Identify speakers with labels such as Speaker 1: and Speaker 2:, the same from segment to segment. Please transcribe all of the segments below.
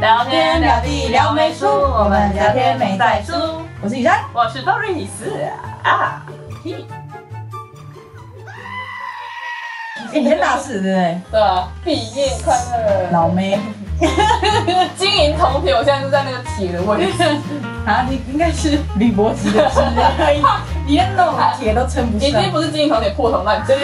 Speaker 1: 聊天聊地聊美术，我们聊天没在输。
Speaker 2: 我是雨珊，
Speaker 1: 我是豆瑞斯啊，嘿
Speaker 2: 哎你在大四对不对？
Speaker 1: 对啊，毕业快乐！
Speaker 2: 老妹，
Speaker 1: 金银铜铁，我现在就在那个铁的 位置。
Speaker 2: 啊，你应该是铝箔纸的纸而已，你连那种铁都称不
Speaker 1: 已经
Speaker 2: 上，
Speaker 1: 不是金银铜铁破铜烂铁，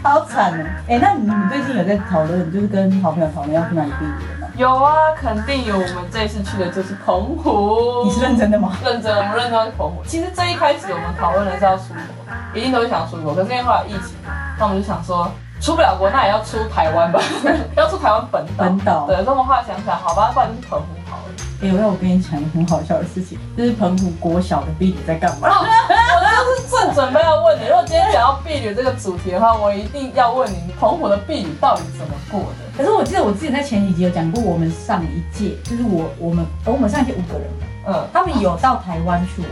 Speaker 2: 好惨哦。哎，那你你最近有在讨论，就是跟好朋友讨论要去哪里毕业吗？
Speaker 1: 有啊，肯定有。我们这一次去的就是澎湖，
Speaker 2: 你是认真的 吗？
Speaker 1: 认真，我们认真要去澎湖。其实这一开始我们讨论的是要出国，一定都是想出国，可是因为后来疫情，那我们就想说出不了国，那也要出台湾吧， 要出台湾本岛。
Speaker 2: 本岛
Speaker 1: 对，所以我们后来想想，好吧，不然就是澎湖好了。
Speaker 2: 哎，那我跟你讲一个很好笑的事情，就是澎湖国小的毕业在干 嘛？
Speaker 1: 我就是正准备要问你，如果今天讲到避旅这个主题的话，我一定要问你，澎湖的避旅到底怎么过的？
Speaker 2: 可是我记得我之前在前几集有讲过，我们上一届就是我我们哦我们上一届五个人，
Speaker 1: 嗯，
Speaker 2: 他们有到台湾去玩，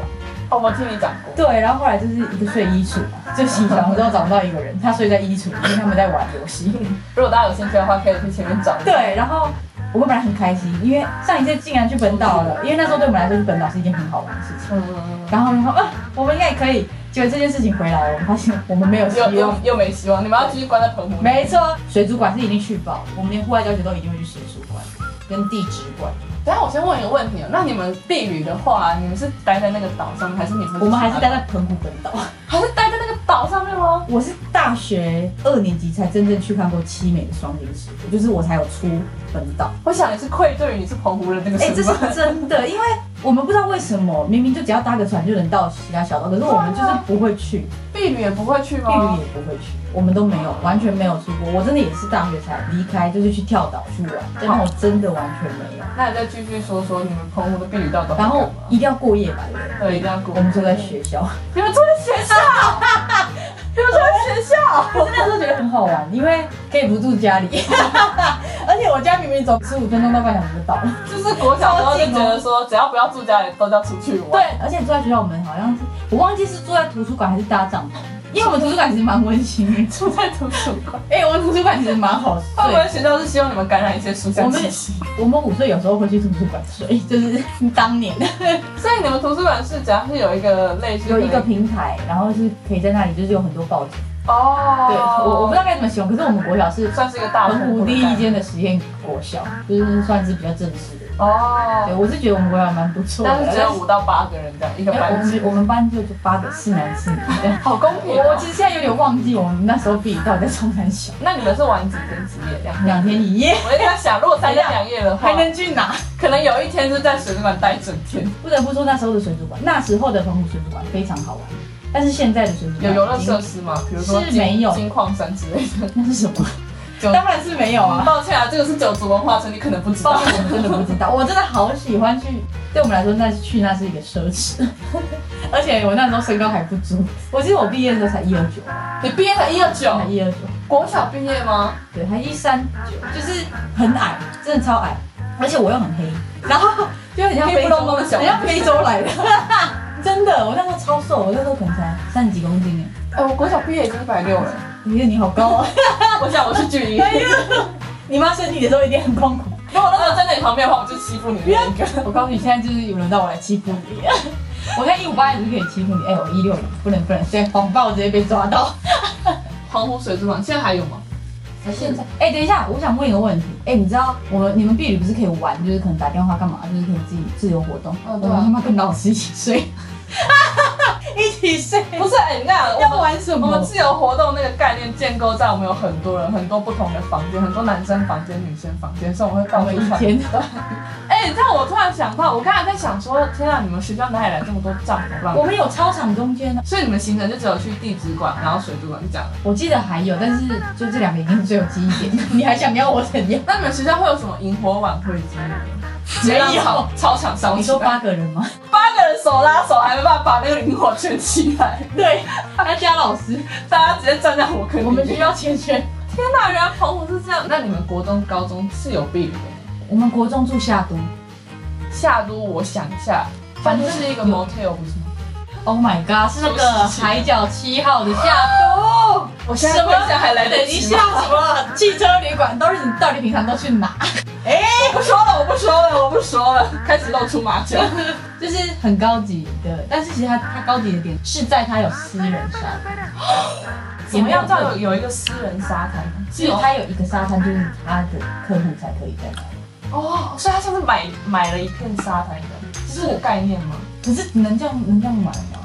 Speaker 1: 哦我听你讲过。
Speaker 2: 对，然后后来就是一个睡衣橱嘛，就起床之后找不到一个人，他睡在衣橱里面，他们在玩游 戏。
Speaker 1: 如果大家有兴趣的话，可以去前面找一下。
Speaker 2: 对，然后我们本来很开心，因为上一届竟然去本岛了，因为那时候对我们来说去本岛是一件很好玩的事情。
Speaker 1: 嗯，嗯，嗯
Speaker 2: 然后我们说，呃，我们应该也可以。结果这件事情回来了，我们发现我们没有希
Speaker 1: 又又
Speaker 2: 望。
Speaker 1: 又没希望，你们要继续关在澎湖里？
Speaker 2: 没错，水族馆是一定去报，我们连户外教学都一定会去水族馆跟地质馆。
Speaker 1: 等一下我先问一个问题哦，那你们避旅的话，啊你们是待在那个岛上面，还是你们
Speaker 2: 我们还是待在澎湖本岛。
Speaker 1: 还是待在那个岛上面吗？
Speaker 2: 我是大学二年级才真正去看过凄美的双林石，就是我才有出本岛。
Speaker 1: 我想你是愧对于你是澎湖人这个
Speaker 2: 哎、
Speaker 1: 身
Speaker 2: 这
Speaker 1: 份。
Speaker 2: 是真的，因为我们不知道为什么，明明就只要搭个船就能到其他小岛，可是我们就是不会去，
Speaker 1: 避旅也不会去
Speaker 2: 避旅
Speaker 1: 吗？
Speaker 2: 也不会去，我们都没有，完全没有出过。我真的也是大学才离开，就是去跳岛去玩，但
Speaker 1: 好
Speaker 2: 我真的完全没有。
Speaker 1: 那你再继续说说你们澎湖的避旅到底在
Speaker 2: 然
Speaker 1: 干
Speaker 2: 后
Speaker 1: 嘛？
Speaker 2: 一定要过夜吧，对不对
Speaker 1: 对，一定要过。
Speaker 2: 我们住在学校，
Speaker 1: 你们住在学 校，你们住在学校，
Speaker 2: 但 是那时候觉得很好玩，因为可以不住家里， 而且我家明明走十五分钟到半小时就到了。
Speaker 1: 就是国小时候就觉得说，只要不要住家里，都叫出去
Speaker 2: 对
Speaker 1: 玩。，
Speaker 2: 而且住在学校，我们好像是我忘记是住在图书馆还是搭帐篷，因为我们图书馆其实蛮温馨的。
Speaker 1: 住在图书馆。
Speaker 2: 哎、我们图书馆其实蛮好
Speaker 1: 会不
Speaker 2: 睡
Speaker 1: 会，学校是希望你们感染一些书香气息？
Speaker 2: 我们午睡有时候会去图书馆睡， 就是当年
Speaker 1: 所以你们图书馆是只要是有一个类似
Speaker 2: 有一个平台，然后是可以在那里，就是有很多报纸。
Speaker 1: 哦，
Speaker 2: 对，我我不知道该怎么形容，可是我们国小是
Speaker 1: 算是一个大
Speaker 2: 澎湖第一
Speaker 1: 间
Speaker 2: 间的实验国小，就是算是比较正式的。对，
Speaker 1: 哦，
Speaker 2: 我是觉得我们国小蛮不错的，
Speaker 1: 但是只有五到八个人这样一个
Speaker 2: 但是
Speaker 1: 班级
Speaker 2: 因为我们，我们班就就八个是男是女这 样。
Speaker 1: 好公平
Speaker 2: 我我
Speaker 1: 哦。
Speaker 2: 其实现在有点忘记我们那时候毕业到底在冲三小，
Speaker 1: 那你们是玩几天几夜这 样？
Speaker 2: 两天一 夜。
Speaker 1: 我在想，如果三天两夜的话，
Speaker 2: 去哪？
Speaker 1: 可能有一天是在水族馆待整 天，
Speaker 2: 不得不说，那时候的水族馆，那时候的澎湖水族馆非常好玩，但是现在的水族
Speaker 1: 有
Speaker 2: 馆
Speaker 1: 游乐
Speaker 2: 已经
Speaker 1: 设施吗？比如说
Speaker 2: 是
Speaker 1: 金
Speaker 2: 没有
Speaker 1: 金矿山之类的。
Speaker 2: 那是什么？
Speaker 1: 就
Speaker 2: 当然是没有啊。
Speaker 1: 抱歉啊，这个是九族文化村，你可能不知
Speaker 2: 抱
Speaker 1: 道。
Speaker 2: 歉，我真的不知道，我真的好喜欢去。对我们来说，那去那是一个奢侈，而且我那时候身高还不足，我记得我毕业的时候才一二九，
Speaker 1: 你毕业才一二九
Speaker 2: 才，一二九，
Speaker 1: 国小毕业吗？
Speaker 2: 对，还一三九，就是很矮，真的超矮，而且我又很黑，然后就很像
Speaker 1: 黑
Speaker 2: 非
Speaker 1: 不
Speaker 2: 洲
Speaker 1: 隆咚的小
Speaker 2: 很像非洲来的，真的， 我那时候超瘦，我那时候可能才三十几公斤哎，
Speaker 1: 哎，我国小毕业已经一百六了。
Speaker 2: 你看你好高 啊！
Speaker 1: 我想我是巨婴。
Speaker 2: 哎呦，你妈生你的时候一定很痛苦。
Speaker 1: 如果那时候站在你旁边的话，我就欺负你的那一个。
Speaker 2: 我告诉你，现在就是有轮到我来欺负你。 我看一五八也是可以欺负你，哎、我一六零不能不能，对，谎报直接被抓到。
Speaker 1: 黄湖水族馆现在还有吗？
Speaker 2: 那 现在，哎、等一下，我想问一个问题，哎、你知道我们你们婢女不是可以玩，就是可能打电话干嘛，就是可以自己自由活动。
Speaker 1: 哦
Speaker 2: 我
Speaker 1: 对啊
Speaker 2: 们他妈跟老师一起睡， 一起睡，
Speaker 1: 不是，哎，你看我
Speaker 2: 要
Speaker 1: 们。
Speaker 2: 玩什
Speaker 1: 我们
Speaker 2: 么？
Speaker 1: 自由活动那个概念建构在我们有很多人、很多不同的房间，很多男生房间、女生房间，所以我们会
Speaker 2: 我
Speaker 1: 到
Speaker 2: 们
Speaker 1: 处
Speaker 2: 一
Speaker 1: 串。
Speaker 2: 天，
Speaker 1: 哎、你知道我突然想到，我刚才在想说，天啊，你们学校哪里来这么多帐篷乱
Speaker 2: 我？们有操场中间啊呢，
Speaker 1: 所以你们行程就只有去地质馆，然后水族馆就这样了。
Speaker 2: 我记得还有，但是就这两个已经是最有记忆点 的。你还想要我怎样？
Speaker 1: 那你们学校会有什么萤火晚会之类的？直接让
Speaker 2: 没有
Speaker 1: 操操场烧
Speaker 2: 你
Speaker 1: 起
Speaker 2: 说
Speaker 1: 来，
Speaker 2: 八个人吗？
Speaker 1: 八个人手拉手，还没办法把那个萤火圈起来。
Speaker 2: 对，还加老 师，
Speaker 1: 大家直接站在火坑里面。
Speaker 2: 我们需要圈圈。
Speaker 1: 天哪，原来澎湖是这样。那你们国中、高中是有避雨的？
Speaker 2: 我们国中住夏都
Speaker 1: 夏都，我想一下，反正是一个
Speaker 2: 有
Speaker 1: motel 不是吗？
Speaker 2: ，Oh my god，是那个海角七号的夏都。
Speaker 1: 啊我现在回想还来
Speaker 2: 哦等
Speaker 1: 得
Speaker 2: 一
Speaker 1: 及
Speaker 2: 下
Speaker 1: 吗？
Speaker 2: 什么汽车旅馆？都是你到底平常都去哪？
Speaker 1: 我不说了，我不说了，开始露出马脚。
Speaker 2: 就是很高级的，但是其实它它高级的点是在它有私人沙滩，
Speaker 1: 怎么样叫有有一个私人沙滩？
Speaker 2: 是它有一个沙滩就是它的客户才可以在那，
Speaker 1: 哦，所以他像是买买了一片沙滩的，这是这个概念吗？
Speaker 2: 可是能这样能这样买吗？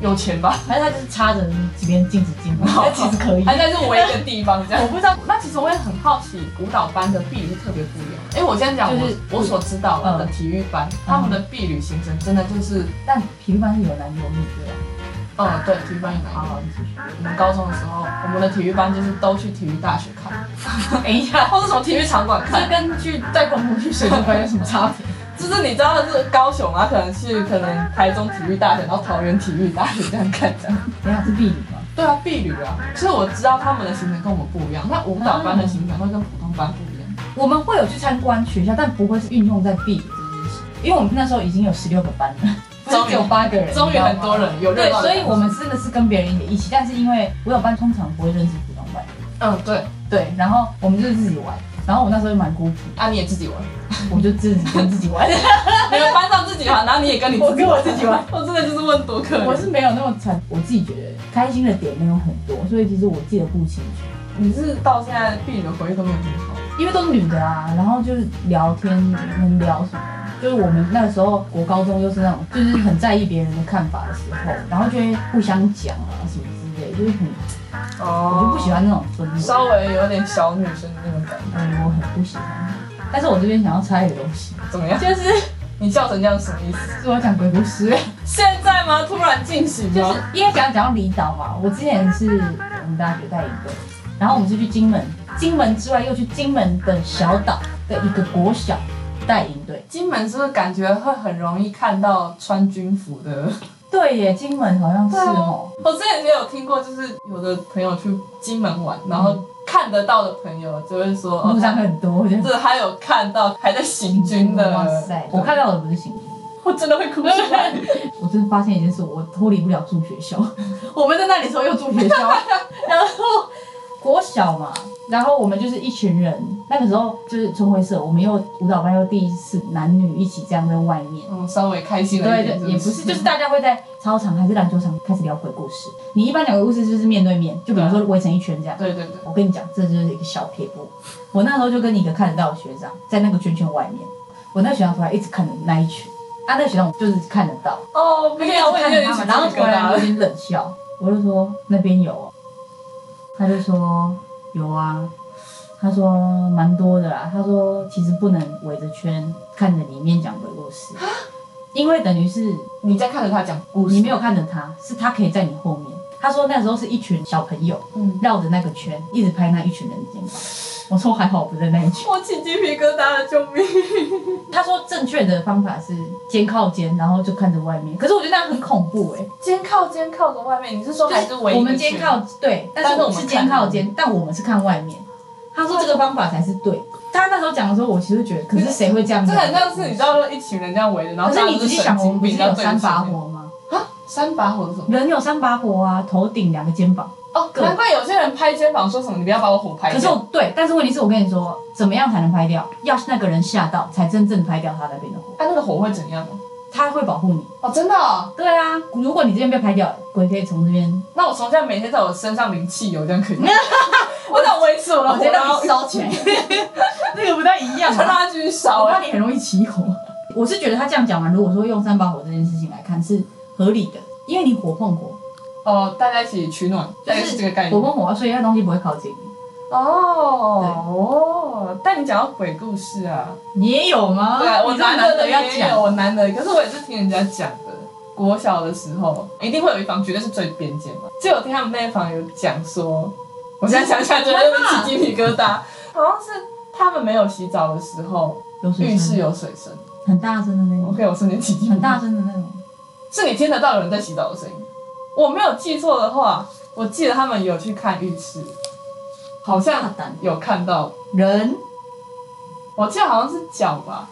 Speaker 1: 有钱 吧？
Speaker 2: 还是它就是插着几边 镜子进来，但其实可以。
Speaker 1: 哦还在是围一个地方这样
Speaker 2: 我。不知道，
Speaker 1: 那其实我也很好奇，舞蹈班的婢女是特别不一样的。因为我先讲我、
Speaker 2: 就是
Speaker 1: 我所知道的
Speaker 2: 嗯
Speaker 1: 体育班，他们的婢女行程真的就是，
Speaker 2: 但皮肤班是有男有女的。
Speaker 1: 嗯，对，体育班有
Speaker 2: 好
Speaker 1: 哪
Speaker 2: 好，你继续。
Speaker 1: 我们高中的时候，我们的体育班就是都去体育大学 看，哎
Speaker 2: 等一下，
Speaker 1: 或者什么体育场馆
Speaker 2: 这
Speaker 1: 看。
Speaker 2: 跟去在公路去水族馆有什么差别？
Speaker 1: 就是你知道，是高雄啊，可能去可能台中体育大学，然后桃园体育大学这样看这样。
Speaker 2: 等一下是避雨吗？
Speaker 1: 对啊，婢女啊，所以我知道他们的行程跟我们不一样。那舞蹈班的行程会跟普通班不一样。
Speaker 2: 我们会有去参观学校，但不会是运用在避雨这件事，因为我们那时候已经有十六个班了，不
Speaker 1: 终
Speaker 2: 是
Speaker 1: 于
Speaker 2: 只有八个人，
Speaker 1: 终于很多
Speaker 2: 人。
Speaker 1: 人有热
Speaker 2: 对，
Speaker 1: 闹的
Speaker 2: 所
Speaker 1: 感觉，
Speaker 2: 以我们真的是跟别人也一起，但是因为我有班通常不会认识普通班，
Speaker 1: 嗯对，
Speaker 2: 对，然后我们就是自己玩，然后我那时候也蛮孤僻，
Speaker 1: 啊你也自己玩，
Speaker 2: 我就自己跟自己 玩，
Speaker 1: 你们班上自己玩，然后你也跟你
Speaker 2: 我跟我自己玩，
Speaker 1: 我真的就是问多可
Speaker 2: 我
Speaker 1: 怜。
Speaker 2: 是没有那么惨，我自己觉得开心的点没有很多，所以其实我记得不清楚。
Speaker 1: 你是到现在婢女的回忆都没有很好，
Speaker 2: 因为都是女的啊，然后就是聊天能聊什么？就是我们那时候，我高中又是那种就是很在意别人的看法的时候，然后就会互相讲啊什么之类，就是很
Speaker 1: 哦
Speaker 2: 我就不喜，欢那种氛围，
Speaker 1: 稍微有点小女生的那种感觉，
Speaker 2: 嗯，我很不喜欢。但是我这边想要插一个东西，
Speaker 1: 怎么样？
Speaker 2: 就是
Speaker 1: 你笑成这样什么意思？
Speaker 2: 是我讲鬼故事，
Speaker 1: 现在吗？突然进行吗？
Speaker 2: 就是因为讲讲到离岛嘛，我之前是我们大学带一个，然后我们是去金门，金门之外又去金门的小岛的一个国小带营队。
Speaker 1: 金门是不是感觉会很容易看到穿军服的？
Speaker 2: 对耶，金门好像是
Speaker 1: 对啊
Speaker 2: 哦。
Speaker 1: 我之前也有听过，就是有的朋友去金门玩，然后看得到的朋友就会说，
Speaker 2: 路上
Speaker 1: 哦，
Speaker 2: 很多，我觉得
Speaker 1: 这还有看到还在行军的，
Speaker 2: 哇塞，我看到的不是 行军，
Speaker 1: 我真的会哭出 来。
Speaker 2: 我真的发现一件事，我脱离不了住学校。 我们在那里的时候又住学 校，然后国小嘛，然后我们就是一群人，那个时候就是春晖社，我们又舞蹈班又第一次男女一起这样在外面。
Speaker 1: 嗯，稍微开心了一
Speaker 2: 对
Speaker 1: 点，
Speaker 2: 对，也不是，就是大家会在操场还是篮球场开始聊鬼故事。你一般聊鬼故事就是面对面，就比如说围成一圈这样。
Speaker 1: 对对对，
Speaker 2: 我跟你讲，这就是一个小撇步。我那时候就跟你一个看得到的学长在那个圈圈外面，我那个学长出来一直看着那一群，啊，那个学长就是看得到，
Speaker 1: 哦，不
Speaker 2: 一直
Speaker 1: 要，我也有
Speaker 2: 看着
Speaker 1: 点
Speaker 2: 他
Speaker 1: 起
Speaker 2: 们，然后
Speaker 1: 鸡皮疙
Speaker 2: 突
Speaker 1: 瘩
Speaker 2: 然有
Speaker 1: 了。
Speaker 2: 点冷笑，我就说那边有、哦， 他就说有啊，他说蛮多的啦，他说其实不能围着圈看着里面讲鬼故 事，因为等于是
Speaker 1: 你在看着他讲故事，
Speaker 2: 你没有看着他，是他可以在你后面。他说那时候是一群小朋友，
Speaker 1: 嗯，
Speaker 2: 绕着那个圈，一直拍那一群人的肩膀。我说还好我不在那一群。
Speaker 1: 我起鸡皮疙瘩了，救命！
Speaker 2: 他说正确的方法是肩靠肩，然后就看着外面。可是我觉得那样很恐怖哎、
Speaker 1: 肩靠肩靠着外面，你是说还
Speaker 2: 就是
Speaker 1: 围一
Speaker 2: 我
Speaker 1: 个
Speaker 2: 们
Speaker 1: 圈
Speaker 2: 肩靠对，但
Speaker 1: 但
Speaker 2: 是
Speaker 1: 是我
Speaker 2: 我
Speaker 1: 们
Speaker 2: 是肩靠肩，但我们是看外面。他说这个方法才是对。他那时候讲的时候，我其实觉得，可是谁会这样
Speaker 1: 这
Speaker 2: 子？
Speaker 1: 很像是你知道，一群人这样围着，然后
Speaker 2: 可
Speaker 1: 大
Speaker 2: 是
Speaker 1: 家
Speaker 2: 你
Speaker 1: 都
Speaker 2: 仔细
Speaker 1: 神
Speaker 2: 想，我们
Speaker 1: 经
Speaker 2: 不
Speaker 1: 病，
Speaker 2: 是
Speaker 1: 然
Speaker 2: 有
Speaker 1: 后对着
Speaker 2: 三把
Speaker 1: 前面
Speaker 2: 火吗？
Speaker 1: 啊，三把火是什么？
Speaker 2: 人有三把火啊，头顶两个肩膀。
Speaker 1: 哦，
Speaker 2: 各
Speaker 1: 难怪有些人拍肩膀说什么“你不要把我啊火拍
Speaker 2: 可是
Speaker 1: 掉
Speaker 2: 我对，但是问题是我跟你说，怎么样才能拍掉？要是那个人吓到，才真正拍掉他那边的火”，。
Speaker 1: 啊，那个火会怎样啊？
Speaker 2: 他会保护你。
Speaker 1: 哦，真的哦、
Speaker 2: 对啊，如果你这边被拍掉，鬼可以从这边，
Speaker 1: 那我从现在每天在我身上淋汽油，这样 可以吗？我想维哦持我的火，然后
Speaker 2: 烧 起来，那个不太一样
Speaker 1: 让。它继续烧、
Speaker 2: 我怕
Speaker 1: 欸。
Speaker 2: 你很容易起火。啊我是觉得他这样讲完，如果说用三把火这件事情来看是合理的，因为你火碰火，
Speaker 1: 哦，大家一起取暖，大概是这个概
Speaker 2: 火
Speaker 1: 念。
Speaker 2: 碰火，所以那东西不会靠近
Speaker 1: 哦哦，但你讲到鬼故事啊，
Speaker 2: 你。你也有吗？
Speaker 1: 对啊，我
Speaker 2: 你这么
Speaker 1: 难
Speaker 2: 难
Speaker 1: 得的
Speaker 2: 得要
Speaker 1: 也有，
Speaker 2: 讲。
Speaker 1: 我难得，可是我也是听人家讲的。国小的时候，一定会有一房绝对是最边间嘛。就有听他们那一房有讲说，我现在想起来觉得有点起鸡皮疙瘩，好像是他们没有洗澡的时候，
Speaker 2: 有水
Speaker 1: 浴室
Speaker 2: 声，
Speaker 1: 有水声。
Speaker 2: 很大声的那种，
Speaker 1: OK，我瞬间起鸡皮
Speaker 2: 很
Speaker 1: 疙瘩
Speaker 2: 大，声的那种。
Speaker 1: 是你听得到有人在洗澡的声音。我没有记错的话，我记得他们有去看浴室，好像
Speaker 2: 大胆
Speaker 1: 有看到，
Speaker 2: 人，
Speaker 1: 我记得好像是脚吧，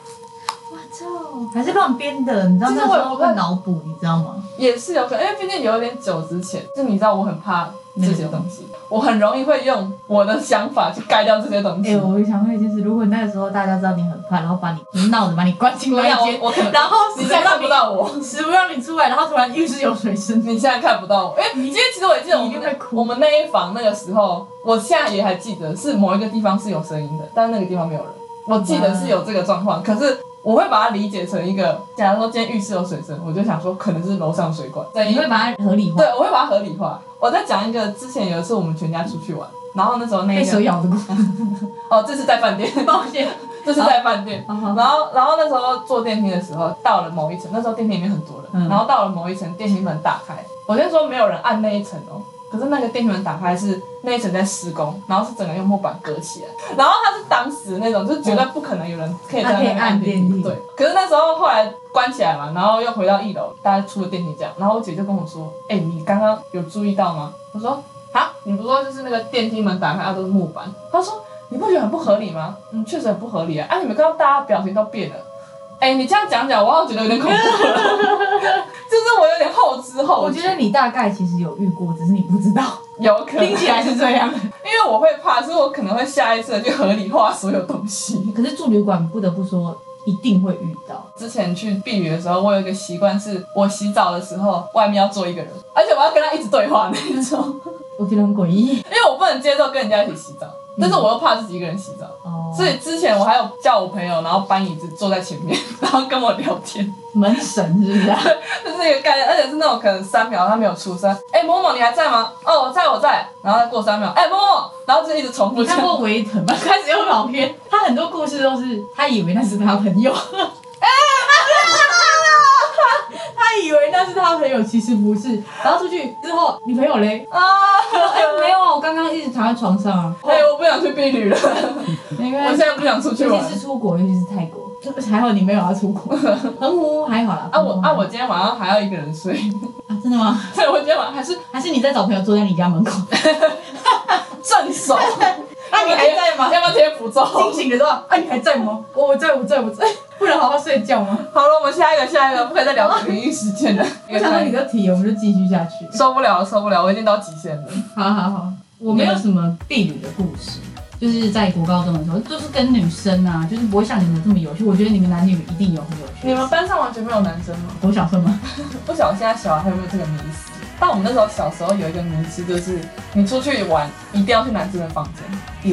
Speaker 2: 哇操，还是乱编的，你知道
Speaker 1: 其实
Speaker 2: 那
Speaker 1: 我也
Speaker 2: 时候
Speaker 1: 不太
Speaker 2: 会脑补，你知道吗？
Speaker 1: 也是有可能，因为毕竟有点久之前，就你知道我很怕这些东西，
Speaker 2: 嗯
Speaker 1: 我很容易会用我的想法去盖掉这些东
Speaker 2: 哎、
Speaker 1: 西。
Speaker 2: 我有想过一件事，如果那个时候大家知道你很怕，然后把你闹着把你关进
Speaker 1: 没有，
Speaker 2: 来间，
Speaker 1: 我我可能
Speaker 2: 然后
Speaker 1: 你
Speaker 2: 死
Speaker 1: 现在看不到我，
Speaker 2: 死不让你出来，然后突然浴室有水声，
Speaker 1: 你现在看不到我，因为因为其实我也记得我
Speaker 2: 你一
Speaker 1: 们
Speaker 2: 定会哭
Speaker 1: 我们那一房那个时候，我现在也还记得是某一个地方是有声音的，但是那个地方没有人。我记得是有这个状况，可是我会把它理解成一个，假如说今天浴室有水声，我就想说可能是楼上水管。对，
Speaker 2: 你
Speaker 1: 因为
Speaker 2: 会把它合理化
Speaker 1: 对，。我会把它合理化。我再讲一个，之前有一次我们全家出去玩，然后那时候那
Speaker 2: 被
Speaker 1: 一
Speaker 2: 蛇
Speaker 1: 个
Speaker 2: 咬的过程，
Speaker 1: 哦，这是在饭店，
Speaker 2: 抱歉。
Speaker 1: 这是在饭店。
Speaker 2: 好好，
Speaker 1: 然后，然后那时候坐电梯的时候，到了某一层，那时候电梯里面很多人，
Speaker 2: 嗯
Speaker 1: 然后到了某一层，电梯门打开，我先说没有人按那一层哦，可是那个电梯门打开是那一层在施工，然后是整个用木板隔起来，然后它是当时那种，就是绝对不可能有人可以在那边按电
Speaker 2: 嗯可以按电
Speaker 1: 梯，
Speaker 2: 梯
Speaker 1: 对。可是那时候后来关起来嘛，然后又回到一楼，大家出了电梯这样，然后我姐就跟我说，哎、你刚刚有注意到吗？我说啊，你不是说就是那个电梯门打开，它都是木板，她说。你不觉得很不合理吗？嗯，确实很不合理啊！啊，你们看到大家表情都变了。哎、你这样讲讲，我好像觉得有点恐怖 了，就是我有点后知后
Speaker 2: 我
Speaker 1: 觉，
Speaker 2: 觉得你大概其实有遇过，只是你不知道。
Speaker 1: 有可能，
Speaker 2: 听起来是这样，
Speaker 1: 因为我会怕，所以我可能会下意识的去合理化所有东西。
Speaker 2: 可是住旅馆不得不说一定会遇到。
Speaker 1: 之前去避雨的时候，我有一个习惯是，我洗澡的时候外面要坐一个人，而且我要跟他一直对话那种，
Speaker 2: 我觉得很诡异
Speaker 1: 因为我不能接受跟人家一起洗澡，
Speaker 2: 嗯
Speaker 1: 但是我又怕自己一个人洗澡。
Speaker 2: 哦，
Speaker 1: 所以之前我还有叫我朋友，然后搬椅子坐在前面， 然后跟我聊天。
Speaker 2: 门神是不是、啊？
Speaker 1: 就是一个概念，而且是那种可能三秒他没有出声，哎、某某你还在吗？哦，我在我在，然后再过三秒，哎、某某，然后就一直重复
Speaker 2: 你
Speaker 1: 这
Speaker 2: 看
Speaker 1: 样。
Speaker 2: 过维腾吗？开始又老片，他很多故事都是他以为那是他朋友， 他以为那是他朋友，其实不是。然后出去之后，你朋友嘞？
Speaker 1: 啊，
Speaker 2: 哎、没有啊，我刚刚一直躺在床上啊。
Speaker 1: 哎、我不想去避旅了，我
Speaker 2: 没关
Speaker 1: 现
Speaker 2: 系，
Speaker 1: 在不想出去
Speaker 2: 啊尤
Speaker 1: 玩
Speaker 2: 其。是出国，尤其是泰国，还好你没有要出国，澎湖还好啦。
Speaker 1: 啊我
Speaker 2: 澎湖还
Speaker 1: 啊
Speaker 2: 好
Speaker 1: 我今天晚上还要一个人睡，
Speaker 2: 啊真的吗？
Speaker 1: 所以我今天晚上还是
Speaker 2: 还是你在找朋友坐在你家门 口？
Speaker 1: 正 手。
Speaker 2: 那啊你还在 吗？
Speaker 1: 要不要贴符咒？
Speaker 2: 清醒的时候，啊你还在吗？我我在我在我在， 不能好好睡觉吗？
Speaker 1: 好了，我们下一个下一个，不可以再聊灵异事件 了。
Speaker 2: 我想说你的题，我们就继续下去。
Speaker 1: 受不了了，受不了，我已经到极限了。
Speaker 2: 好好好，我没有什么避旅的故事，就是在国高中的时候，就是跟女生啊，就是不会像你们这么有趣。我觉得你们男女一定有很有趣。
Speaker 1: 你们班上完全没有男生吗？
Speaker 2: 国小生吗？
Speaker 1: 不晓得现在小孩有没有这个迷思，但我们那时候小时候有一个迷思，就是你出去玩一定要去男生的房间，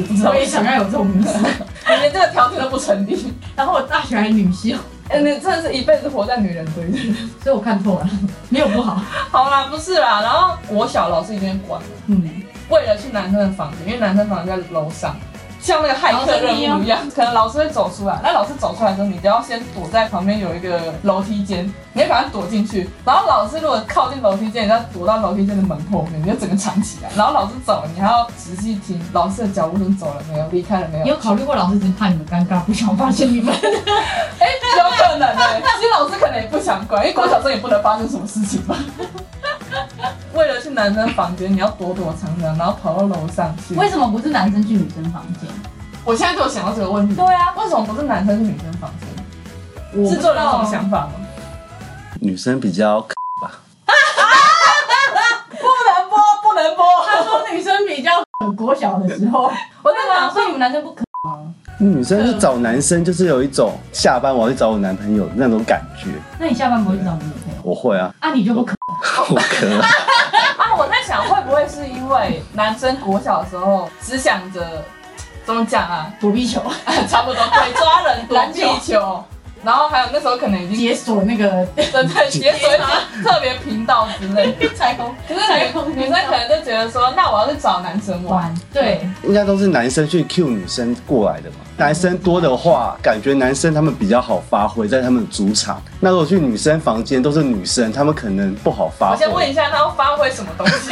Speaker 1: 也不知道
Speaker 2: 我
Speaker 1: 为
Speaker 2: 也
Speaker 1: 什
Speaker 2: 想
Speaker 1: 么，
Speaker 2: 要有这种名字。
Speaker 1: 你连这个条件都不成立。
Speaker 2: 然后我大学还女校，
Speaker 1: 哎，你真的是一辈子活在女人堆里。
Speaker 2: 所以我看透了， 没有不好。
Speaker 1: 好啦，不是啦，然后我小老师已经管了，
Speaker 2: 嗯，
Speaker 1: 为了去男生的房间，因为男生房间在楼上。像那个骇客任务一样，可能老师会走出来，那老师走出来的时候，你就要先躲在旁边有一个楼梯间，你就赶快躲进去。然后老师如果靠近楼梯间，你就要躲到楼梯间的门后面，你就整个藏起来。然后老师走，你还要仔细听老师的脚步声走了没有，离开了没有
Speaker 2: 你。有考虑过老师只是怕你们尴尬，不想发现你们？
Speaker 1: 哎、有可能呢、其实老师可能也不想管，因为国小生也不能发生什么事情吧。 为了去男生房间，你要躲躲藏藏，然后跑到楼上去。
Speaker 2: 为什么不是男生去女生房间？
Speaker 1: 我现在就有想到这个问题。对啊，为什么不是男生是女生房间？
Speaker 2: 我
Speaker 1: 是做人这种
Speaker 2: 想，
Speaker 1: 想法吗？
Speaker 3: 女生比较
Speaker 1: 不能播，不能播。
Speaker 2: 他说女生比较 国小的时候，
Speaker 1: 我在
Speaker 2: 对
Speaker 1: 想
Speaker 2: 啊，
Speaker 1: 说
Speaker 2: 所以你们男生不可。
Speaker 3: 嗯女生是找男生，就是有一种下班我要去找我男朋友那种感觉。
Speaker 2: 那你下班不会去找你女朋友？
Speaker 3: 我会啊，
Speaker 2: 啊，你就不可。
Speaker 3: 我可能
Speaker 1: 啊，我在想会不会是因为男生国小的时候只想着怎么讲啊，
Speaker 2: 躲避球
Speaker 1: 差不多鬼抓人、躲
Speaker 2: 篮
Speaker 1: 避
Speaker 2: 球
Speaker 1: 球，然后还有那时候可能已经
Speaker 2: 解锁那个
Speaker 1: 对对解锁一 些特别频道之类 的。
Speaker 2: 彩虹
Speaker 1: 可是女女生可能就觉得说，那我要去找男生玩。
Speaker 2: 玩，对，
Speaker 3: 应该都是男生去 Q 女生过来的嘛。男生多的话，感觉男生他们比较好发挥，在他们的主场。那如果去女生房间都是女生，他们可能不好发
Speaker 1: 我先问
Speaker 3: 挥。
Speaker 1: 一下，他要发挥什么东 西？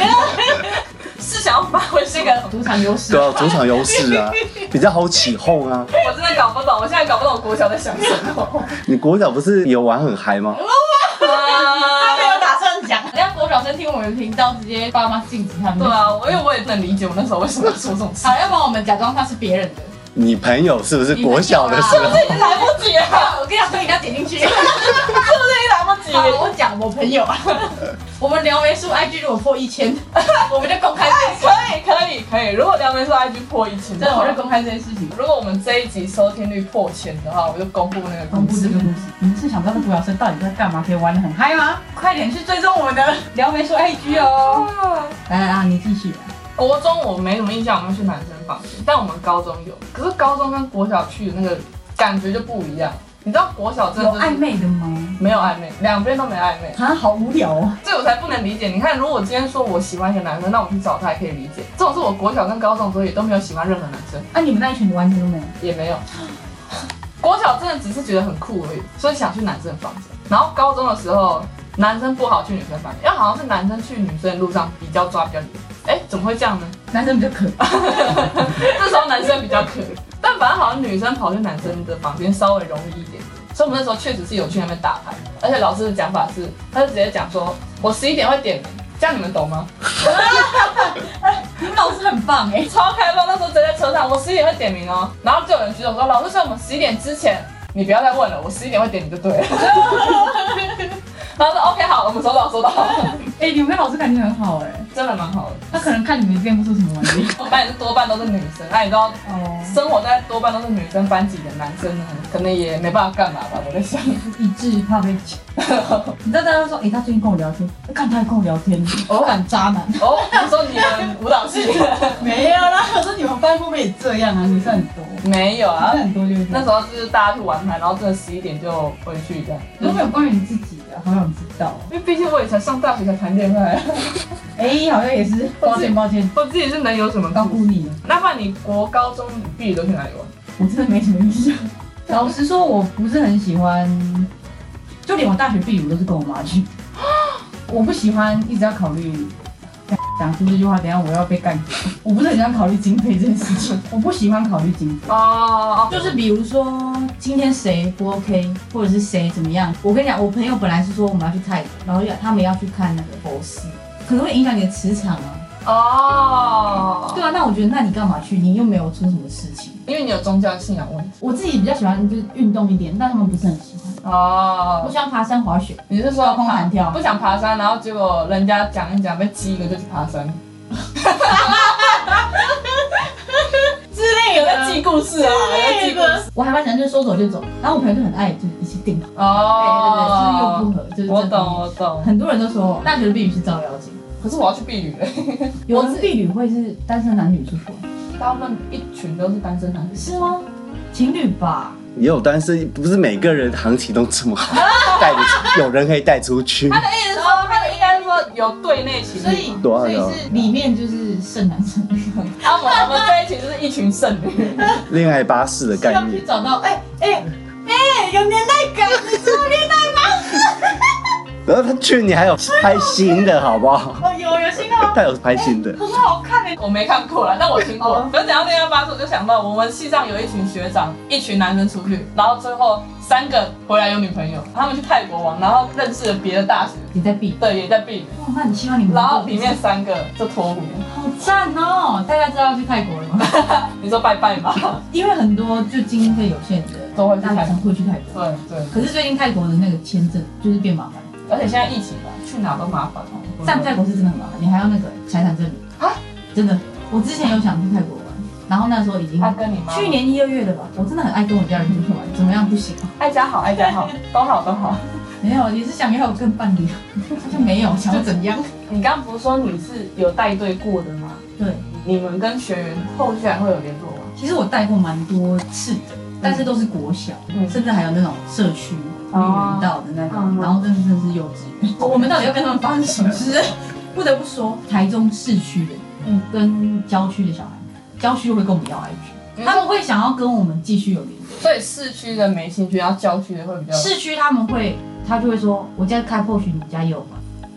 Speaker 1: 是想要发挥这个？
Speaker 2: 赌场优势
Speaker 3: 对。啊，主场优势 啊，比较好起哄啊。
Speaker 1: 我真的搞不懂，我现在搞不懂我国小在想什么。
Speaker 3: 你国小不是有玩很嗨吗？
Speaker 2: 他没有
Speaker 1: 啊
Speaker 2: 打算讲，人家国小生听我们频道，直接爸妈禁止他们。
Speaker 1: 对啊，我因为我也不能理解我那时候为什么要说这种事
Speaker 2: 好，。要不然我们假装他是别人的。
Speaker 3: 你朋友是不是国小的时
Speaker 1: 是不
Speaker 3: 候？
Speaker 1: 是已经来不及了？
Speaker 2: 我跟你讲，所以你要点进去。
Speaker 1: 是不是已经来不及
Speaker 2: 好，
Speaker 1: 了？
Speaker 2: 我讲我朋友啊， 我们聊梅树 IG 如果破一千， 我们就公开这件事。
Speaker 1: 可以可以可以，如果梁梅说 IG 破一千，
Speaker 2: 真的，我就公开这件事情。
Speaker 1: 如果我们这一集收听率破千的话，我就公布那个
Speaker 2: 公
Speaker 1: 公
Speaker 2: 布这
Speaker 1: 司
Speaker 2: 个故事，你是想知道这独角兽到底在干嘛？可以玩的很嗨吗？快点去追踪我们的撩妹说 IG 哦！
Speaker 1: 啊
Speaker 2: 来来啊，你继续。
Speaker 1: 国中我没什么印象，我们去男生房间，但我们高中有。可是高中跟国小去的那个感觉就不一样，你知道国小真
Speaker 2: 有
Speaker 1: 的就是
Speaker 2: 暧昧的吗？
Speaker 1: 没有暧昧，两边都没暧昧，
Speaker 2: 啊，好无聊哦。
Speaker 1: 所以我才不能理解。你看，如果我今天说我喜欢一个男生，那我去找他也可以理解。这种是我国小跟高中的时候也都没有喜欢任何男生，
Speaker 2: 啊，你们那一群完全都没有。
Speaker 1: 也没有。国小真的只是觉得很酷而已，所以想去男生房间。然后高中的时候，男生不好去女生房间，因为好像是男生去女生的路上比较抓比较严。哎，怎么会这样呢？
Speaker 2: 男生比较可爱，
Speaker 1: 这时候男生比较可以，但反正好像女生跑去男生的房间稍微容易一点。所以我们那时候确实是有去那边打牌，而且老师的讲法是，他就直接讲说，我十一点会点名，这样你们懂吗？
Speaker 2: 你们老师很棒哎、
Speaker 1: 超开放，那时候直接在车上，我十一点会点名哦，然后就有人举手说，老师说我们十一点之前你不要再问了，我十一点会点你就对了。 然后说 OK 好，我们收到收 到，
Speaker 2: 哎、你们老师感情很好哎、
Speaker 1: 真的蛮好的。
Speaker 2: 他可能看你们练不出什么玩意。
Speaker 1: 我们班也是多半都是女生，那你知道
Speaker 2: 哦，
Speaker 1: 生活在多半都是女生班级的男生呢，可能也没办法干嘛吧，我在想。
Speaker 2: 以致怕被抢。 你知道大家都说，哎、他最近跟我聊天，看他还跟我聊天，我敢渣男。
Speaker 1: 哦，你说你们舞蹈系
Speaker 2: 没有啦，我说你们班会不会也这样啊？女生很多，
Speaker 1: 没有啊
Speaker 2: 女生？很多就是这
Speaker 1: 那
Speaker 2: 样。
Speaker 1: 时候就是大家去玩牌，然后真的十一点就回去这样。
Speaker 2: 如果有关于你自己的，好想知道。
Speaker 1: 因为毕竟我也才上大学才谈恋爱，
Speaker 2: 哎、好像也是，抱歉抱歉，
Speaker 1: 我自己是能有什么
Speaker 2: 高
Speaker 1: 高？
Speaker 2: 估你了。
Speaker 1: 那不然你国高中你毕业都去哪里玩？
Speaker 2: 我真的没什么印象。 老实说，我不是很喜欢，就连我大学毕业我都是跟我妈 去。我不喜欢一直要考虑，讲出这句话，等一下我要被干掉。我不是很喜欢考虑经费这件事情，我不喜欢考虑经费。
Speaker 1: 哦，
Speaker 2: 就是比如说今天谁不 OK，或者是谁怎么样。我跟你讲，我朋友本来是说我们要去泰国，然后要他们要去看那个佛寺，可能会影响你的磁场啊。
Speaker 1: 哦，
Speaker 2: 对啊，那我觉得那你干嘛去？你又没有出什么事情。
Speaker 1: 因为你有宗教信仰问题。
Speaker 2: 我自己比较喜欢就是运动一点，但他们不是很喜欢。我
Speaker 1: 哦，
Speaker 2: 喜欢爬山、滑雪，
Speaker 1: 你是
Speaker 2: 高
Speaker 1: 说
Speaker 2: 空
Speaker 1: 爬
Speaker 2: 弹跳
Speaker 1: 不想爬山，然后结果人家讲一讲被激一个就去爬山，
Speaker 2: 之类
Speaker 1: 在记故事啊，在记故事。
Speaker 2: 我还蛮喜欢就是说走就走，然后我朋友就很爱就一起订好，
Speaker 1: 哦，
Speaker 2: 对对对，就是又不合，就是这
Speaker 1: 我
Speaker 2: 方
Speaker 1: 懂
Speaker 2: 面。
Speaker 1: 我懂。
Speaker 2: 很多人都说大学的避旅是照妖精，
Speaker 1: 可是我要去避雨了。
Speaker 2: 有人避旅会是单身男女出去玩，
Speaker 1: 大部分一群都是单身男女，
Speaker 2: 是吗？情侣吧，
Speaker 3: 也有单身，不是每个人行情都这 么好，带你出有人可以带出去。
Speaker 1: 他的意思说，他的应该是说有对内情侣，
Speaker 2: 所以
Speaker 3: 对啊
Speaker 2: 所以是里面就是剩男剩女，
Speaker 1: 啊，我们我们在一起就是一群剩女，
Speaker 3: 恋爱巴士的概
Speaker 2: 要去
Speaker 1: 啊
Speaker 3: 念，
Speaker 2: 找到哎哎哎有年代感，你知道年代吗？
Speaker 3: 然后他去年还有拍新的，好不
Speaker 1: 啊
Speaker 3: 好？
Speaker 2: 哦有有新的吗？
Speaker 3: 他有拍新的，
Speaker 2: 很好看哎，
Speaker 1: 我没看欸过啦，但我听过
Speaker 2: 哦。
Speaker 1: 可是讲到恋爱巴士，我就想到我们系上有一群学长，一群男生出去，然后最后三个回来有女朋友，他们去泰国玩，然后认识了别的大学，
Speaker 2: 你在避。
Speaker 1: 对，也在避雨，
Speaker 2: 哦，那你希望你们
Speaker 1: 然后里面三个就脱乳，
Speaker 2: 好赞哦！大家知道要去泰国了吗？
Speaker 1: 你说拜拜吗？
Speaker 2: 因为很多就经费有限的
Speaker 1: 都会去
Speaker 2: 大
Speaker 1: 泰国
Speaker 2: 学生会去泰国，
Speaker 1: 对对，
Speaker 2: 可是最近泰国的那个签证就是变麻烦，
Speaker 1: 而且现在疫情嘛，去哪都麻烦哦。
Speaker 2: 上泰国是真的很麻烦，你还要那个财产证明
Speaker 1: 啊，
Speaker 2: 真的。我之前有想去泰国玩，然后那时候已经
Speaker 1: 他跟你妈妈
Speaker 2: 去年一二月的吧，我真的很爱跟我家人出去玩，怎么样不行啊？
Speaker 1: 爱哎家好，爱家好，都好都好。
Speaker 2: 没有，也是想要有跟伴侣，好像没有想要怎样。
Speaker 1: 你刚刚不是说你是有带队过的吗？
Speaker 2: 对，
Speaker 1: 你们跟学员后续还会有联络吗？
Speaker 2: 其实我带过蛮多次的，但是都是国小，
Speaker 1: 嗯
Speaker 2: 甚至还有那种社区绿园道的那
Speaker 1: 哦
Speaker 2: 种，然后真的真的是幼稚园。我们到底要跟他们发生什么事？不得不说，台中市区的，
Speaker 1: 嗯
Speaker 2: 跟郊区的小孩，郊区会跟我们要 IG，
Speaker 1: 嗯
Speaker 2: 他们会想要跟我们继续有联络。
Speaker 1: 所以市区的没兴趣，然后郊区的会比较。
Speaker 2: 市区他们会，他就会说，我家开破许，你家也有吗？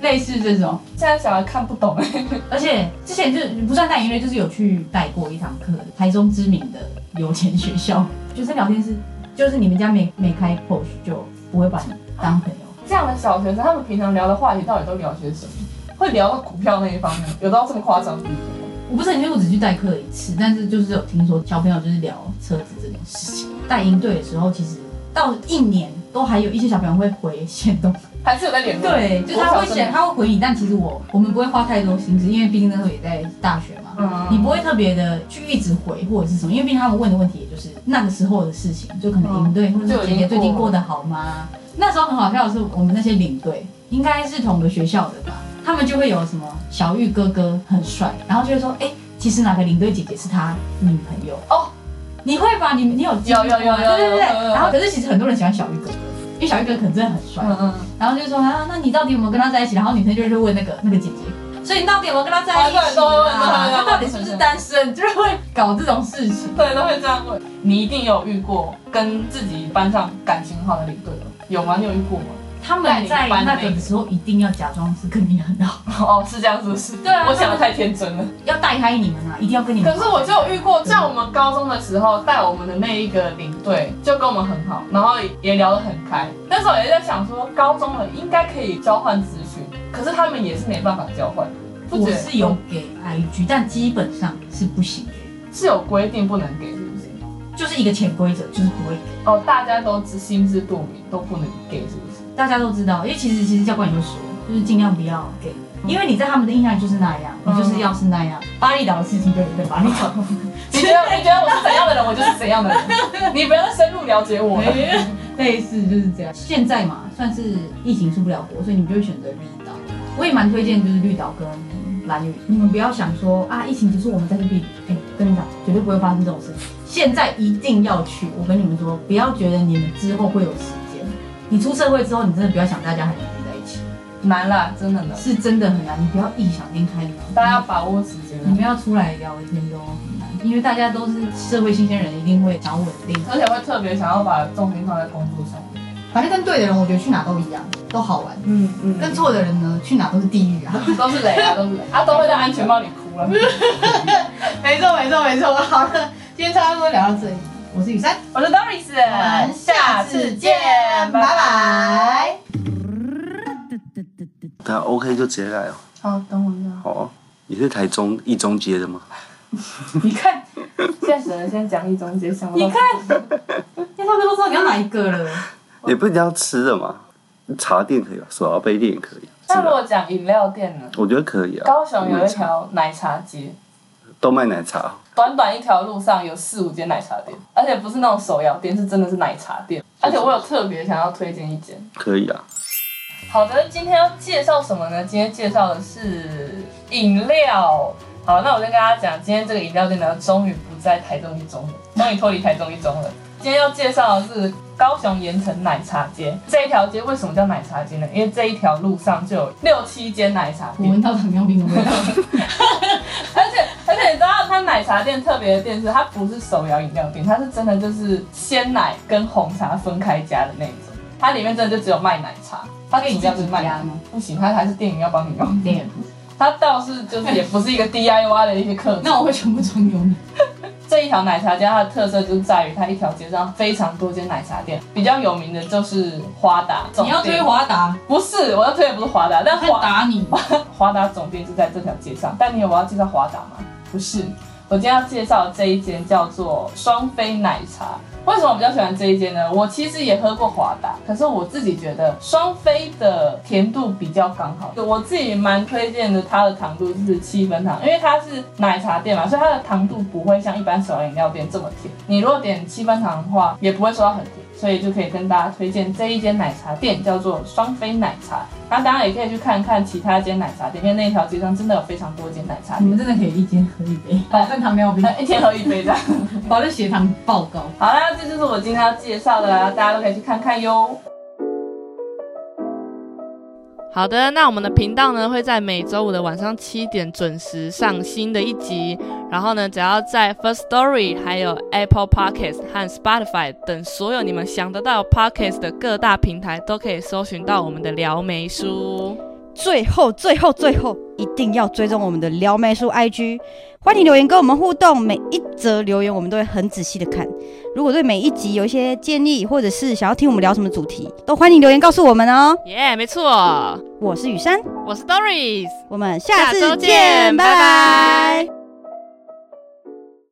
Speaker 2: 类似这种，
Speaker 1: 现在小孩看不懂哎、
Speaker 2: 而且之前就不算带营队，就是有去带过一堂课，台中知名的有钱学校，学生聊天室， 就是你们家没没开 POS 就不会把你当朋友。
Speaker 1: 这样的小学生，他们平常聊的话题到底都聊些什么？会聊到股票那一方面，有到这么夸张的地步吗？
Speaker 2: 我不是很清楚，只去代课一次，但是就是有听说小朋友就是聊车子这种事情。带营队的时候，其实到一年都还有一些小朋友会回线动，
Speaker 1: 还是有在联络。
Speaker 2: 对，就是他会写，他会回你，但其实我我们不会花太多心思，因为毕竟那时候也在大学嘛，
Speaker 1: 嗯
Speaker 2: 你不会特别的去一直回或者是什么，因为毕竟他们问的问题也就是那个时候的事情，就可能
Speaker 1: 嗯
Speaker 2: 营队或者
Speaker 1: 就已
Speaker 2: 是
Speaker 1: 经
Speaker 2: 姐姐最近
Speaker 1: 过
Speaker 2: 过
Speaker 1: 了
Speaker 2: 得好吗？那时候很好笑的是，我们那些领队应该是同个学校的吧，他们就会有什么小玉哥哥很帅，然后就会说，哎、其实哪个领队姐姐是他女朋友哦，你会吧？你你有经历
Speaker 1: 有有有
Speaker 2: 吗
Speaker 1: 有有
Speaker 2: 对对
Speaker 1: 有有
Speaker 2: 对，
Speaker 1: 有
Speaker 2: 然后可是其实很多人喜欢小玉哥哥，因为小玉哥哥可能真的很帅，
Speaker 1: 嗯嗯，
Speaker 2: 然后就说啊，那你到底有没有跟他在一起？然后女生就会问那个那个姐姐，所以你到底有没有跟他在一起、啊？
Speaker 1: 啊对都会问对
Speaker 2: 他到底是不是单身？就是会搞这种事情。
Speaker 1: 对，都会这样问。你一定有遇过跟自己班上感情很好的领队了，有吗？你有遇过吗？
Speaker 2: 他们在那个的时候一定要假装是跟你很好，
Speaker 1: 哦，是这样，是不是？
Speaker 2: 对啊
Speaker 1: 我想的太天真了。
Speaker 2: 要带开你们啊，一定要跟你们
Speaker 1: 可
Speaker 2: 好。
Speaker 1: 是我就有遇过，在我们高中的时候，带我们的那一个领队就跟我们很好，然后也聊得很开。那时候也在想说，高中了应该可以交换资讯，可是他们也是没办法交换。不觉
Speaker 2: 我
Speaker 1: 得
Speaker 2: 是有给 IG，但基本上是不行的，
Speaker 1: 是有规定不能给，是不是？
Speaker 2: 就是一个潜规则，就是不会给。
Speaker 1: 哦，大家都知心知肚明，都不能给，是不是？
Speaker 2: 大家都知道，因为其实其实教官也会说，就是尽量不要给。因为你在他们的印象就是那样，你就是要是那样。巴厘岛的事情就有在巴厘岛，
Speaker 1: 你觉得你觉得我是怎样的人，我就是怎样的人，你不要再深入了解我了。
Speaker 2: 类似就是这样。现在嘛，算是疫情出不了国，所以你们就会选择绿岛。我也蛮推荐就是绿岛跟蓝屿，你们不要想说啊，疫情结束我们再去避旅，哎、跟你讲，绝对不会发生这种事情。现在一定要去，我跟你们说，不要觉得你们之后会有时间。你出社会之后，你真的不要想大家还能聚在一起，
Speaker 1: 难啦，真的难，
Speaker 2: 是真的很难。你不要异想天开，你知道吗
Speaker 1: 大家要把握时间啊
Speaker 2: 你，们要出来聊天都很难，因为大家都是社会新鲜人，一定会想要稳定。
Speaker 1: 而且会特别想要把重心放在工作上。
Speaker 2: 反正跟对的人，我觉得去哪都一样，都好玩。
Speaker 1: 嗯嗯
Speaker 2: 跟错的人呢，去哪都是地狱啊！
Speaker 1: 都是雷啊，都是雷，他都会在安全帽里哭 了。
Speaker 2: 没错，没错，没错。好了，今天差不多聊到这里，我是雨珊，
Speaker 1: 我是 Doris，下次见，拜拜。。
Speaker 3: 他 OK 就直接来哦。
Speaker 1: 好，等我一下。
Speaker 3: 好啊，你是台中一中街的吗？
Speaker 2: 你看，
Speaker 1: 现实人先讲一中街，想不到
Speaker 2: 你看，因为他们都知道你要哪一个了。
Speaker 3: 也不一定要吃的嘛，茶店可以吧，手摇杯店也可以。啊
Speaker 1: 那
Speaker 3: 是
Speaker 1: 如
Speaker 3: 吧
Speaker 1: 果讲饮料店呢？
Speaker 3: 我觉得可以啊。嗯
Speaker 1: 高雄有一条奶茶街，
Speaker 3: 都卖奶茶，
Speaker 1: 短短一条路上有四五间奶茶店，而且不是那种手摇店，是真的是奶茶店。而且我有特别想要推荐一间。
Speaker 3: 可以啊。
Speaker 1: 好的，今天要介绍什么呢？今天介绍的是饮料。好，那我先跟大家讲，今天这个饮料店呢，终于不在台中一中了，终于脱离台中一中了。今天要介绍的是高雄盐城奶茶街这一条街，为什么叫奶茶街呢？因为这一条路上就有六七间奶茶
Speaker 2: 我
Speaker 1: 店，
Speaker 2: 闻到糖尿病的味道。
Speaker 1: 而且而且你知道它奶茶店特别的店是，它不是手摇饮料店，它是真的就是鲜奶跟红茶分开加的那一种，它里面真的就只有卖奶茶，它
Speaker 2: 可以
Speaker 1: 主
Speaker 2: 自
Speaker 1: 要是
Speaker 2: 己
Speaker 1: 卖
Speaker 2: 加
Speaker 1: 奶
Speaker 2: 吗？
Speaker 1: 不行，它还是店员要帮你用。
Speaker 2: 对。
Speaker 1: 它倒是就是也不是一个 DIY 的一些课程。
Speaker 2: 那我会全部装牛 奶。
Speaker 1: 这一条奶茶街它的特色就是在于它一条街上非常多间奶茶店，比较有名的就是华达总店。
Speaker 2: 你要追？华达，
Speaker 1: 不是，我要推的不是华达，但
Speaker 2: 他
Speaker 1: 华
Speaker 2: 打你。
Speaker 1: 华达总店就在这条街上。但你有我要介绍华达吗？不是，我今天要介绍的这一间叫做双飞奶茶。为什么我比较喜欢这一间呢？我其实也喝过华达，可是我自己觉得双飞的甜度比较刚好，我自己蛮推荐的。它的糖度就是七分糖，因为它是奶茶店嘛，所以它的糖度不会像一般手摇饮料店这么甜。你如果点七分糖的话，也不会说到很甜。所以就可以跟大家推荐这一间奶茶店，叫做双飞奶茶。那当然也可以去看看其他间奶茶店，因为那条街上真的有非常多间奶茶
Speaker 2: 你
Speaker 1: 店
Speaker 2: 们，真的可以一天喝一杯，保证糖尿病，
Speaker 1: 一天喝一杯 这样。
Speaker 2: 保证血糖爆高。
Speaker 1: 好啦，这就是我今天要介绍的啦，大家都可以去看看哟。
Speaker 4: 好的，那我们的频道呢会在每周五的晚上七点准时上新的一集。然后呢，只要在 First Story、还有 Apple Podcast 和 Spotify 等所有你们想得到 Podcast 的各大平台，都可以搜寻到我们的撩梅书。
Speaker 5: 最后，最后，最后，一定要追踪我们的撩妹叔 IG，欢迎留言跟我们互动，每一则留言我们都会很仔细的看。如果对每一集有一些建议，或者是想要听我们聊什么主题，都欢迎留言告诉我们哦。
Speaker 4: 耶、没错，
Speaker 5: 我是雨珊，
Speaker 4: 我是 Doris。
Speaker 5: 我们
Speaker 4: 下
Speaker 5: 下
Speaker 4: 周
Speaker 5: 次
Speaker 4: 见
Speaker 5: 见，
Speaker 4: 拜
Speaker 5: 拜
Speaker 4: 拜
Speaker 5: 拜